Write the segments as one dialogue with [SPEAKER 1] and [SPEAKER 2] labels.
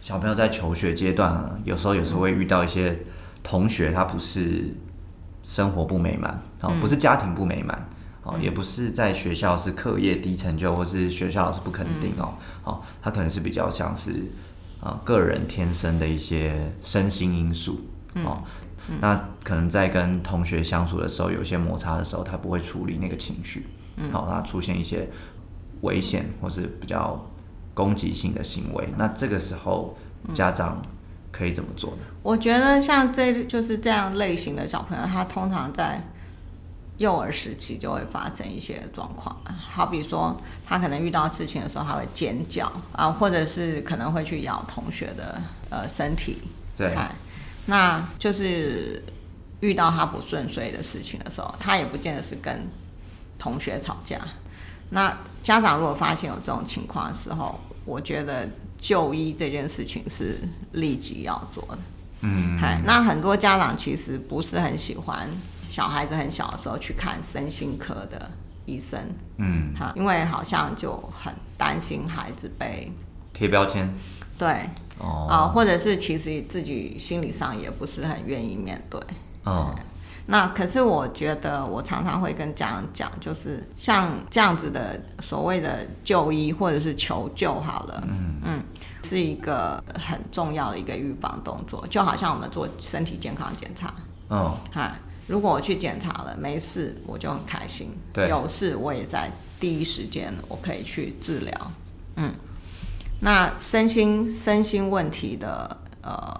[SPEAKER 1] 小朋友在求学阶段啊，有时候有时候会遇到一些同学，他不是生活不美满，哦，不是家庭不美满，哦，也不是在学校是课业低成就，或是学校老师不肯定哦，哦，他可能是比较像是啊、个人天生的一些身心因素，哦。那可能在跟同学相处的时候，有一些摩擦的时候，他不会处理那个情绪，好、他出现一些危险或是比较攻击性的行为，那这个时候家长可以怎么做呢？
[SPEAKER 2] 我觉得像这就是这样类型的小朋友，他通常在幼儿时期就会发生一些状况，啊好比说他可能遇到事情的时候，他会尖叫啊，或者是可能会去咬同学的呃身体，
[SPEAKER 1] 对，
[SPEAKER 2] 哎那就是遇到他不顺遂的事情的时候，他也不见得是跟同学吵架。那家长如果发现有这种情况的时候，我觉得就医这件事情是立即要做的。
[SPEAKER 1] 嗯，
[SPEAKER 2] 嗨，那很多家长其实不是很喜欢小孩子很小的时候去看身心科的医生，
[SPEAKER 1] 嗯，
[SPEAKER 2] 哈，因为好像就很担心孩子被
[SPEAKER 1] 贴标签，
[SPEAKER 2] 对啊、
[SPEAKER 1] 哦，
[SPEAKER 2] 或者是其实自己心理上也不是很愿意面对。
[SPEAKER 1] 哦，
[SPEAKER 2] 那可是我觉得，我常常会跟家长讲，就是像这样子的所谓的就医或者是求救好了，嗯是一个很重要的一个预防动作，就好像我们做身体健康检查，
[SPEAKER 1] 哦，
[SPEAKER 2] 哈，如果我去检查了没事，我就很开心；
[SPEAKER 1] 对
[SPEAKER 2] 有事我也在第一时间我可以去治疗。嗯，那身心身心问题的呃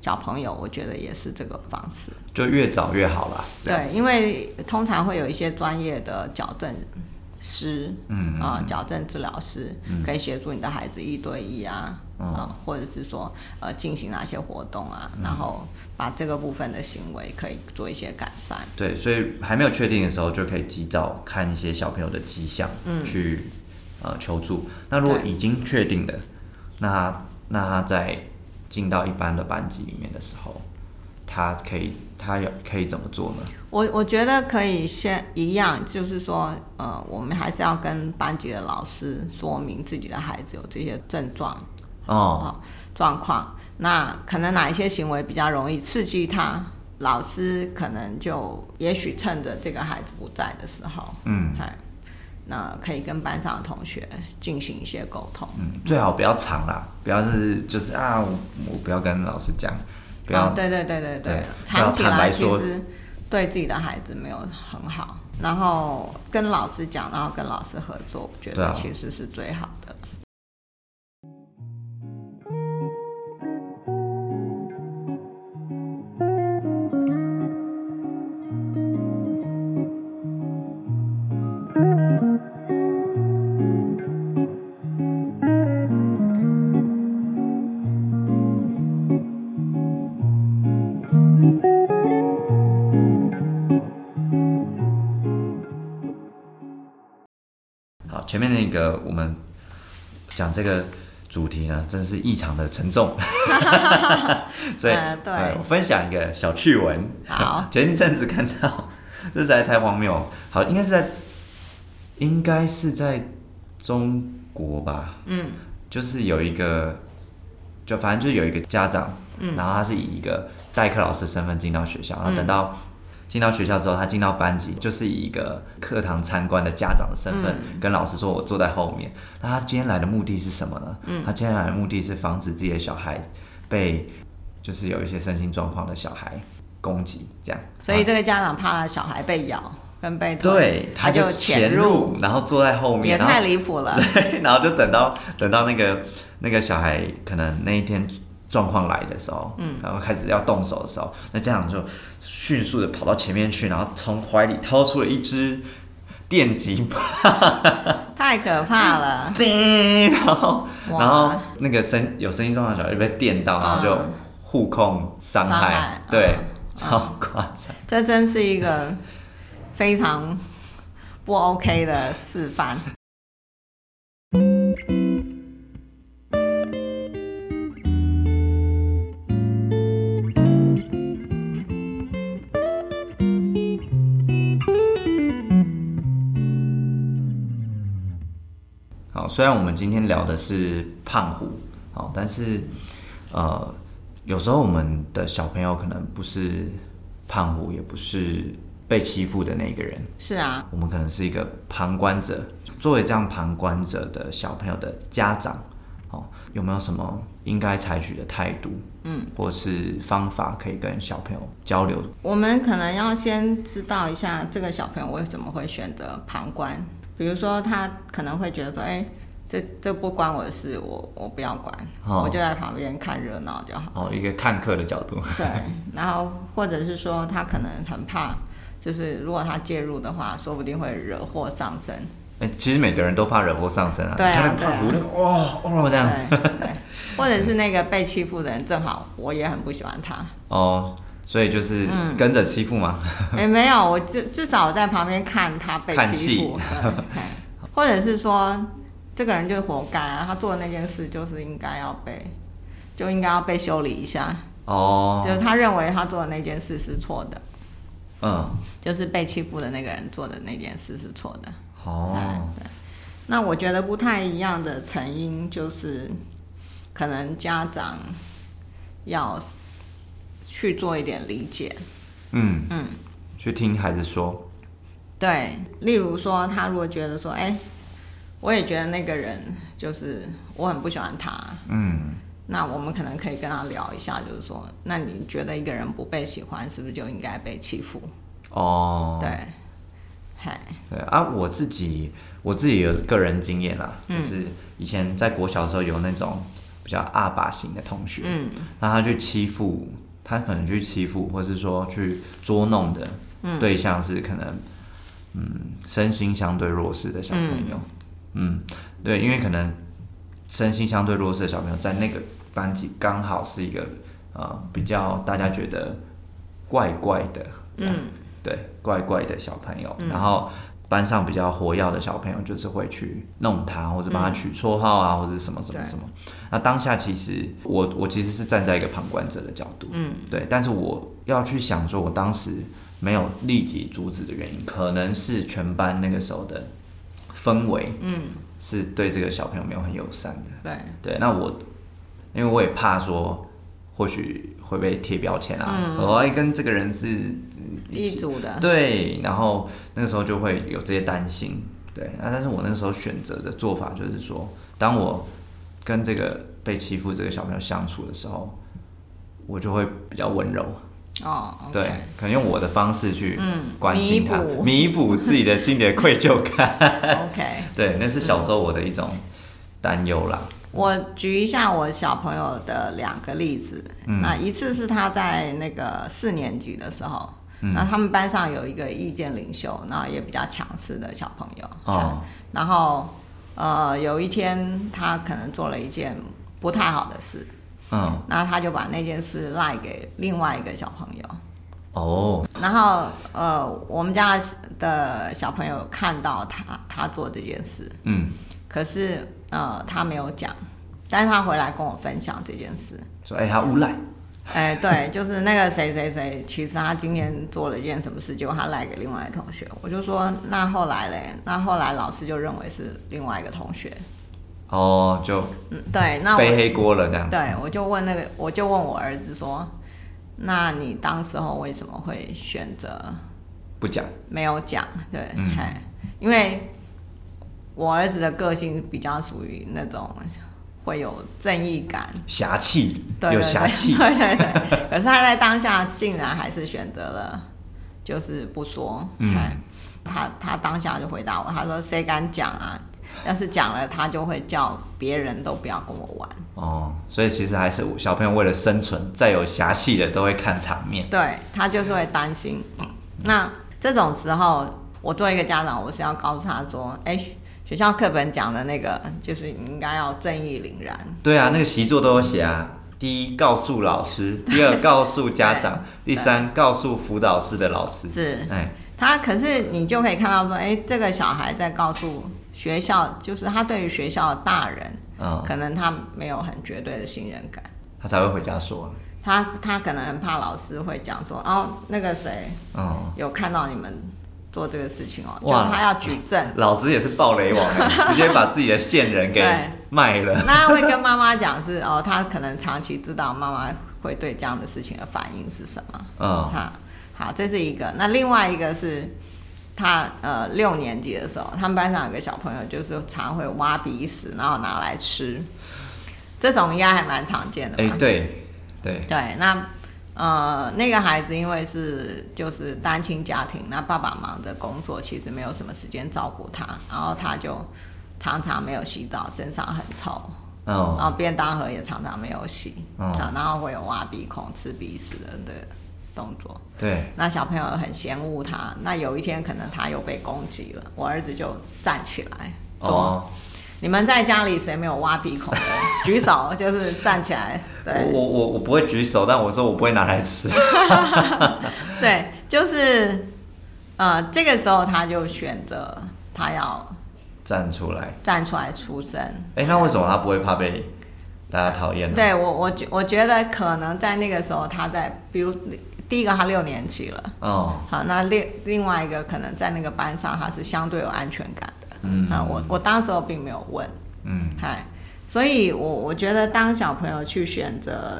[SPEAKER 2] 小朋友，我觉得也是这个方式。
[SPEAKER 1] 就越早越好啦。这样，
[SPEAKER 2] 对，因为通常会有一些专业的矫正师，
[SPEAKER 1] 嗯
[SPEAKER 2] 啊、矫正治疗师、可以协助你的孩子一对一啊，
[SPEAKER 1] 嗯
[SPEAKER 2] 啊、或者是说呃进行哪些活动啊，然后把这个部分的行为可以做一些改善。
[SPEAKER 1] 对，所以还没有确定的时候，就可以及早看一些小朋友的迹象，嗯，去呃求助。那如果
[SPEAKER 2] 对
[SPEAKER 1] 已经确定的，那他那他在进到一般的班级里面的时候，他可以他有可以怎么做呢？
[SPEAKER 2] 我我觉得可以先一样，就是说，呃，我们还是要跟班级的老师说明自己的孩子有这些症状，
[SPEAKER 1] 哦，
[SPEAKER 2] 哦状况，那可能哪一些行为比较容易刺激他？老师可能就也许趁着这个孩子不在的时候，
[SPEAKER 1] 嗯
[SPEAKER 2] 哎，那可以跟班上的同学进行一些沟通。
[SPEAKER 1] 嗯，最好不要藏啦，不要是就是啊，我我不要跟老师讲，不要、
[SPEAKER 2] 哦，对对对
[SPEAKER 1] 对
[SPEAKER 2] 对对，
[SPEAKER 1] 要
[SPEAKER 2] 藏起
[SPEAKER 1] 坦白
[SPEAKER 2] 来其
[SPEAKER 1] 说
[SPEAKER 2] 实对自己的孩子没有很好，然后跟老师讲，然后跟老师合作，我觉
[SPEAKER 1] 对
[SPEAKER 2] 得
[SPEAKER 1] 啊
[SPEAKER 2] 其实是最好的。
[SPEAKER 1] 好。前面那个我们讲这个主题呢，真是异常的沉 重，所以、
[SPEAKER 2] 嗯对
[SPEAKER 1] 哎我分享一个小趣闻。
[SPEAKER 2] 好
[SPEAKER 1] 前一阵子看到， 这实在太荒谬了。好，应该是在应该是在中国吧，
[SPEAKER 2] 嗯
[SPEAKER 1] 就是有一个，就反正就是有一个家长，
[SPEAKER 2] 嗯
[SPEAKER 1] 然后他是以一个代课老师身份进到学校，然后等到进到学校之后，他进到班级就是以一个课堂参观的家长的身份、
[SPEAKER 2] 嗯
[SPEAKER 1] 跟老师说：“我坐在后面。”那他今天来的目的是什么呢？
[SPEAKER 2] 嗯
[SPEAKER 1] 他今天来的目的是防止自己的小孩被就是有一些身心状况的小孩攻击，这样。
[SPEAKER 2] 所以这个家长怕他小孩被咬跟被捅
[SPEAKER 1] 啊对，
[SPEAKER 2] 他
[SPEAKER 1] 就
[SPEAKER 2] 潜
[SPEAKER 1] 潜入，然后坐在后
[SPEAKER 2] 也
[SPEAKER 1] 面，然后
[SPEAKER 2] 太离谱了。
[SPEAKER 1] 对， 然后就等到等到那个那个小孩可能那一天状况来的时候，嗯，然后开始要动手的时候，那家长就迅速的跑到前面去，然后从怀里掏出了一支电击棒，
[SPEAKER 2] 太可怕 了！
[SPEAKER 1] 叮，然后
[SPEAKER 2] 哇
[SPEAKER 1] 然后那个身有身心状况的小孩就被电到，然后就互控伤
[SPEAKER 2] 嗯伤
[SPEAKER 1] 害
[SPEAKER 2] 害，
[SPEAKER 1] 对，
[SPEAKER 2] 嗯
[SPEAKER 1] 超夸张，
[SPEAKER 2] 这真是一个非常不 OK 的示范。
[SPEAKER 1] 好，虽然我们今天聊的是胖虎，好，但是呃，有时候我们的小朋友可能不是胖虎，也不是被欺负的那个人，
[SPEAKER 2] 是啊，
[SPEAKER 1] 我们可能是一个旁观者。作为这样旁观者的小朋友的家长，哦，有没有什么应该采取的态度，嗯，或是方法可以跟小朋友交流？
[SPEAKER 2] 我们可能要先知道一下这个小朋友为什么会选择旁观，比如说他可能会觉得说，哎、这这不关我的事，我我不要管，
[SPEAKER 1] 哦
[SPEAKER 2] 我就在旁边看热闹就好。
[SPEAKER 1] 哦，一个看客的角度，
[SPEAKER 2] 对，然后或者是说他可能很怕，就是如果他介入的话，说不定会惹祸上身。
[SPEAKER 1] 哎、其实每个人都怕惹祸上身啊，
[SPEAKER 2] 对啊
[SPEAKER 1] 他那个胖虎那个哦哦这样，
[SPEAKER 2] 对对，或者是那个被欺负的人，正好我也很不喜欢他。
[SPEAKER 1] 哦，所以就是
[SPEAKER 2] 嗯
[SPEAKER 1] 跟着欺负嘛。
[SPEAKER 2] 哎、没有，我至至少我在旁边看他被
[SPEAKER 1] 看
[SPEAKER 2] 欺
[SPEAKER 1] 戏
[SPEAKER 2] 负，对 哎或者是说这个人就活该啊，他做的那件事就是应该要被，就应该要被修理一下，
[SPEAKER 1] 哦，
[SPEAKER 2] 就是他认为他做的那件事是错的，
[SPEAKER 1] 嗯，
[SPEAKER 2] 就是被欺负的那个人做的那件事是错的。哎
[SPEAKER 1] 哦，
[SPEAKER 2] 那我觉得不太一样的成因就是，可能家长要去做一点理解，
[SPEAKER 1] 嗯，
[SPEAKER 2] 嗯，
[SPEAKER 1] 去听孩子说，
[SPEAKER 2] 对，例如说他如果觉得说，哎、我也觉得那个人就是我很不喜欢他，
[SPEAKER 1] 嗯，
[SPEAKER 2] 那我们可能可以跟他聊一下，就是说，那你觉得一个人不被喜欢，是不是就应该被欺负？
[SPEAKER 1] 哦，
[SPEAKER 2] 对，嗨，
[SPEAKER 1] 对啊，我自己我自己有个人经验啦，
[SPEAKER 2] 嗯
[SPEAKER 1] 就是以前在国小的时候有那种比较阿爸型的同学，
[SPEAKER 2] 嗯
[SPEAKER 1] 那他去欺负，他可能去欺负，或是说去捉弄的
[SPEAKER 2] 嗯
[SPEAKER 1] 对象是可能，嗯，身心相对弱势的小朋友，嗯对，因为可能身心相对弱势的小朋友在那个班级刚好是一个呃比较大家觉得怪怪的，
[SPEAKER 2] 嗯
[SPEAKER 1] 对，怪怪的小朋友，然后班上比较活跃的小朋友，就是会去弄他，或者帮他取绰号啊，或者什么什么什么。那当下其实我我其实是站在一个旁观者的角度，
[SPEAKER 2] 嗯，
[SPEAKER 1] 对，但是我要去想说，我当时没有立即阻止的原因，可能是全班那个时候的氛围
[SPEAKER 2] 嗯，
[SPEAKER 1] 是对这个小朋友没有很友善的。
[SPEAKER 2] 对，
[SPEAKER 1] 对，那我因为我也怕说，或许会被贴标签啊，我要跟这个人是
[SPEAKER 2] 一组的，
[SPEAKER 1] 对，然后那个时候就会有这些担心，对。那但是我那时候选择的做法就是说，当我跟这个被欺负这个小朋友相处的时候，我就会比较温柔，
[SPEAKER 2] 哦，OK，
[SPEAKER 1] 对，可能用我的方式去
[SPEAKER 2] 嗯
[SPEAKER 1] 关心他，
[SPEAKER 2] 弥补
[SPEAKER 1] 弥补自己的心里的愧疚 感。
[SPEAKER 2] ，OK。
[SPEAKER 1] 对，那是小时候我的一种担忧啦。
[SPEAKER 2] 我举一下我小朋友的两个例子。那一次是他在那个四年级的时候，那他们班上有一个意见领袖，然后也比较强势的小朋友。
[SPEAKER 1] 哦，
[SPEAKER 2] 然后呃，有一天他可能做了一件不太好的事，
[SPEAKER 1] 嗯，
[SPEAKER 2] 那他就把那件事赖给另外一个小朋友。
[SPEAKER 1] 哦，
[SPEAKER 2] 然后呃，我们家的小朋友看到他他做这件事，
[SPEAKER 1] 嗯，
[SPEAKER 2] 可是呃，他没有讲，但是他回来跟我分享这件事。
[SPEAKER 1] 说哎、他诬赖，
[SPEAKER 2] 哎， 对，就是那个谁谁谁，其实他今天做了一件什么事，结果他赖给另外一个同学。我就说，那后来嘞？那后来老师就认为是另外一个同学。
[SPEAKER 1] 哦，就
[SPEAKER 2] 嗯，对，那
[SPEAKER 1] 背
[SPEAKER 2] 我
[SPEAKER 1] 黑锅了这样。
[SPEAKER 2] 对我就问那个，我就问我儿子说，那你当时候为什么会选择
[SPEAKER 1] 不讲，
[SPEAKER 2] 没有讲，对，
[SPEAKER 1] 嗯
[SPEAKER 2] 嗨，因为我儿子的个性比较属于那种会有正义感，
[SPEAKER 1] 侠气，
[SPEAKER 2] 对对
[SPEAKER 1] 有侠
[SPEAKER 2] 对，
[SPEAKER 1] 气
[SPEAKER 2] 对对对。可是他在当下竟然还是选择了，就是不说。
[SPEAKER 1] 嗯
[SPEAKER 2] 嗨他他当下就回答我，他说谁敢讲啊？要是讲了，他就会叫别人都不要跟我玩。
[SPEAKER 1] 哦，所以其实还是小朋友为了生存，再有侠气的都会看场面。
[SPEAKER 2] 对他就是会担心。那这种时候，我作为一个家长，我是要告诉他说，哎、学学校课本讲的那个，就是你应该要正义凛然。
[SPEAKER 1] 对啊，那个习作都有写啊。第一，告诉老 师；第二，告诉家长；第三，告诉辅导室的老师。
[SPEAKER 2] 是
[SPEAKER 1] 哎，
[SPEAKER 2] 他可是你就可以看到说，哎、这个小孩在告诉学校，就是他对于学校的大人，
[SPEAKER 1] 嗯，
[SPEAKER 2] 可能他没有很绝对的信任感。
[SPEAKER 1] 他才会回家说。啊
[SPEAKER 2] 他他可能很怕老师会讲说，哦，那个谁
[SPEAKER 1] 嗯，
[SPEAKER 2] 有看到你们做这个事情哦，就
[SPEAKER 1] 哇
[SPEAKER 2] 是他要举 证，
[SPEAKER 1] 老师也是暴雷王欸，直接把自己的线人给
[SPEAKER 2] 对
[SPEAKER 1] 卖了。
[SPEAKER 2] 那他会跟妈妈讲是哦，他可能长期知道妈妈会对这样的事情的反应是什么。
[SPEAKER 1] 嗯
[SPEAKER 2] 哈，好，这是一个。那另外一个是他呃六年级的时候，他们班上有个小朋友就是常会挖鼻屎，然后拿来吃，这种应该还蛮常见的
[SPEAKER 1] 哎、
[SPEAKER 2] 吧？
[SPEAKER 1] 对对，
[SPEAKER 2] 对，那呃，那个孩子因为是就是单亲家庭，那爸爸忙着工作，其实没有什么时间照顾他，然后他就常常没有洗澡，身上很臭，然
[SPEAKER 1] 哦，
[SPEAKER 2] 后便当盒也常常没有洗，
[SPEAKER 1] 哦
[SPEAKER 2] 啊，然后会有挖鼻孔、吃鼻屎的的动作。
[SPEAKER 1] 对，
[SPEAKER 2] 那小朋友很嫌恶他，那有一天可能他又被攻击了，我儿子就站起来说：“
[SPEAKER 1] 哦，
[SPEAKER 2] 你们在家里谁没有挖鼻孔的？举手！”就是站起来，对。
[SPEAKER 1] 我我我我不会举手，但我说我不会拿来吃。
[SPEAKER 2] 对，就是呃，这个时候他就选择他要
[SPEAKER 1] 站出来。
[SPEAKER 2] 站出来出声。
[SPEAKER 1] 哎、那为什么他不会怕被大家讨厌呢？
[SPEAKER 2] 对我，我觉我觉得可能在那个时候，他在比如第一个他六年级了，
[SPEAKER 1] 哦，
[SPEAKER 2] 好，那另另外一个可能在那个班上他是相对有安全感的。
[SPEAKER 1] 嗯
[SPEAKER 2] 啊，我我当时候并没有问，
[SPEAKER 1] 嗯，
[SPEAKER 2] 嗨，所以我我觉得当小朋友去选择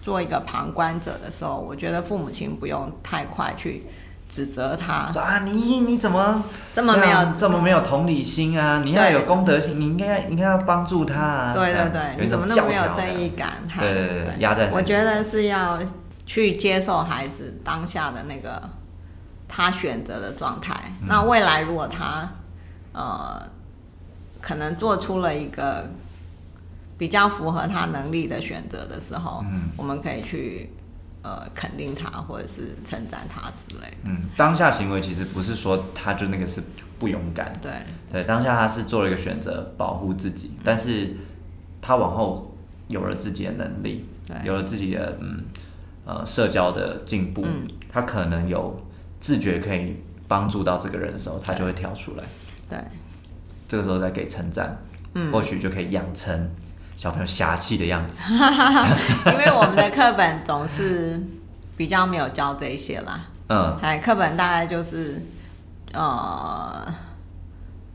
[SPEAKER 2] 做一个旁观者的时候，我觉得父母亲不用太快去指责他，
[SPEAKER 1] 说啊，你你怎么
[SPEAKER 2] 这么没有
[SPEAKER 1] 样这么没有同理心啊？你要
[SPEAKER 2] 对
[SPEAKER 1] 有公德心，你应该应该要帮助他啊。
[SPEAKER 2] 对
[SPEAKER 1] 这
[SPEAKER 2] 对
[SPEAKER 1] 样
[SPEAKER 2] 对，
[SPEAKER 1] 有一
[SPEAKER 2] 你怎么
[SPEAKER 1] 种
[SPEAKER 2] 那
[SPEAKER 1] 教
[SPEAKER 2] 么没有
[SPEAKER 1] 条
[SPEAKER 2] 正
[SPEAKER 1] 的。
[SPEAKER 2] 义感？哈
[SPEAKER 1] 对对对压在
[SPEAKER 2] 我
[SPEAKER 1] 很
[SPEAKER 2] 觉得是要去接受孩子当下的那个他选择的状态。
[SPEAKER 1] 嗯
[SPEAKER 2] 那未来如果他呃，可能做出了一个比较符合他能力的选择的时候，
[SPEAKER 1] 嗯
[SPEAKER 2] 我们可以去呃肯定他或者是称赞他之类的。
[SPEAKER 1] 嗯，当下行为其实不是说他就那个是不勇敢，
[SPEAKER 2] 对
[SPEAKER 1] 对，当下他是做了一个选择，保护自己，但是他往后有了自己的能力，
[SPEAKER 2] 对
[SPEAKER 1] 有了自己的嗯呃社交的进步，
[SPEAKER 2] 嗯
[SPEAKER 1] 他可能有自觉可以帮助到这个人的时候，他就会跳出来，
[SPEAKER 2] 对，
[SPEAKER 1] 这个时候再给称赞，
[SPEAKER 2] 嗯
[SPEAKER 1] 或许就可以养成小朋友侠气的样子。
[SPEAKER 2] 因为我们的课本总是比较没有教这一些啦。
[SPEAKER 1] 嗯，
[SPEAKER 2] 哎，课本大概就是，呃，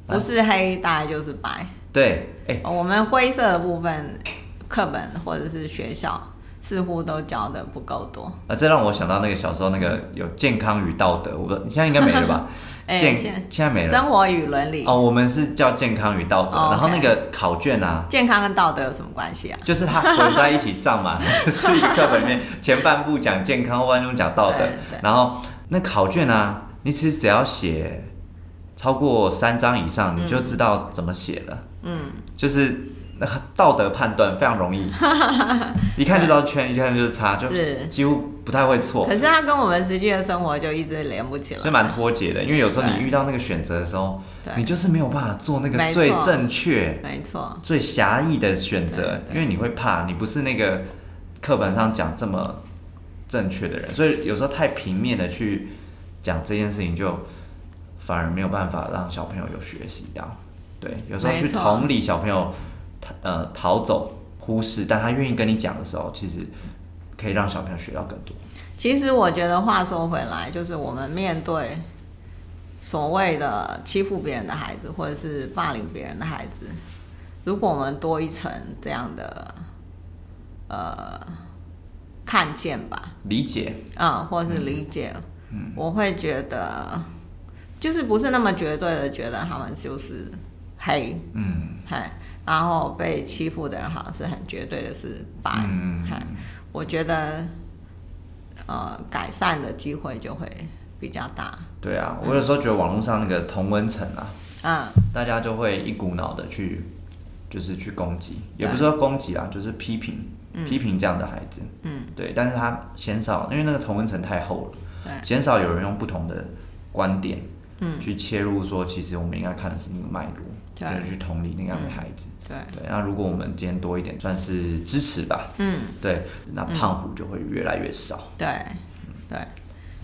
[SPEAKER 2] 不是黑，大概就是白。
[SPEAKER 1] 对，哎、
[SPEAKER 2] 我们灰色的部分，课本或者是学校似乎都教的不够多。？
[SPEAKER 1] 啊，这让我想到那个小时候那个有健康与道德，我不，你现在应该没了吧
[SPEAKER 2] 哎
[SPEAKER 1] 健
[SPEAKER 2] 现
[SPEAKER 1] 现在没了。
[SPEAKER 2] 生活与伦理，
[SPEAKER 1] 哦，我们是叫健康与道德，
[SPEAKER 2] 哦
[SPEAKER 1] 然后
[SPEAKER 2] OK
[SPEAKER 1] 那个考卷啊，
[SPEAKER 2] 健康跟道德有什么关系啊？
[SPEAKER 1] 就是它混在一起上 嘛，就是一个课本里面前半部讲健康，后半部讲道德
[SPEAKER 2] 对对，
[SPEAKER 1] 然后那考卷啊，你其实只要写超过三张以上，你就知道怎么写了，
[SPEAKER 2] 嗯，
[SPEAKER 1] 就是那个道德判断非常容 易，一看就知道圈，一看就是叉，就是几乎不太会错
[SPEAKER 2] 可。是它跟我们实际的生活就一直连不起来。
[SPEAKER 1] 哦所以蛮脱节的，因为有时候你
[SPEAKER 2] 对
[SPEAKER 1] 遇到那个选择的时候
[SPEAKER 2] 对，
[SPEAKER 1] 你就是没有办法做那
[SPEAKER 2] 没
[SPEAKER 1] 个最
[SPEAKER 2] 错
[SPEAKER 1] 正确，
[SPEAKER 2] 没错，
[SPEAKER 1] 最狭义的选择，
[SPEAKER 2] 对对
[SPEAKER 1] 因为你会怕，你不是那个课本上讲这么正确的人，所以有时候太平面的去讲这件事情，就反而没有办法让小朋友有学习到。对，有时候
[SPEAKER 2] 没
[SPEAKER 1] 去
[SPEAKER 2] 错
[SPEAKER 1] 同理小朋友，他呃逃走、忽视，但他愿意跟你讲的时候，其实可以让小朋友学到更多。
[SPEAKER 2] 其实我觉得话说回来，就是我们面对所谓的欺负别人的孩子，或者是霸凌别人的孩子，如果我们多一层这样的呃看见吧，
[SPEAKER 1] 理解，
[SPEAKER 2] 嗯，或是理解，我会觉得就是不是那么绝对的觉得他们就是黑，
[SPEAKER 1] 嗯，
[SPEAKER 2] 嗨，然后被欺负的人好像是很绝对的是白，
[SPEAKER 1] 嗯
[SPEAKER 2] 嗨，我觉得呃改善的机会就会比较大，
[SPEAKER 1] 对啊，我有时候觉得网络上那个同温层啊，
[SPEAKER 2] 嗯，
[SPEAKER 1] 大家就会一股脑的去，就是去攻击，也不是说攻击啦，啊就是批评，批评这样的孩子。
[SPEAKER 2] 嗯，
[SPEAKER 1] 对，但是他鲜少，因为那个同温层太厚了，
[SPEAKER 2] 对
[SPEAKER 1] 鲜少有人用不同的观点，
[SPEAKER 2] 嗯，
[SPEAKER 1] 去切入说，其实我们应该看的是那个脉络，
[SPEAKER 2] 对嗯
[SPEAKER 1] 就是去同理那样的孩子。
[SPEAKER 2] 对，
[SPEAKER 1] 对，那如果我们今天多一点，算是支持吧。
[SPEAKER 2] 嗯，
[SPEAKER 1] 对，那胖虎就会越来越少。
[SPEAKER 2] 对，对。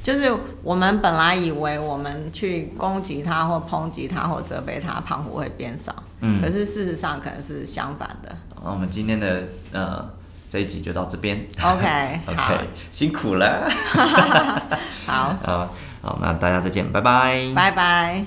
[SPEAKER 2] 就是我们本来以为我们去攻击他或抨击他或责备他，胖虎会变少，
[SPEAKER 1] 嗯
[SPEAKER 2] 可是事实上可能是相反的。
[SPEAKER 1] 那我们今天的呃这一集就到这边。
[SPEAKER 2] OK，好
[SPEAKER 1] OK，辛苦了。
[SPEAKER 2] 好，
[SPEAKER 1] 好，好，那大家再见，拜拜。
[SPEAKER 2] 拜拜。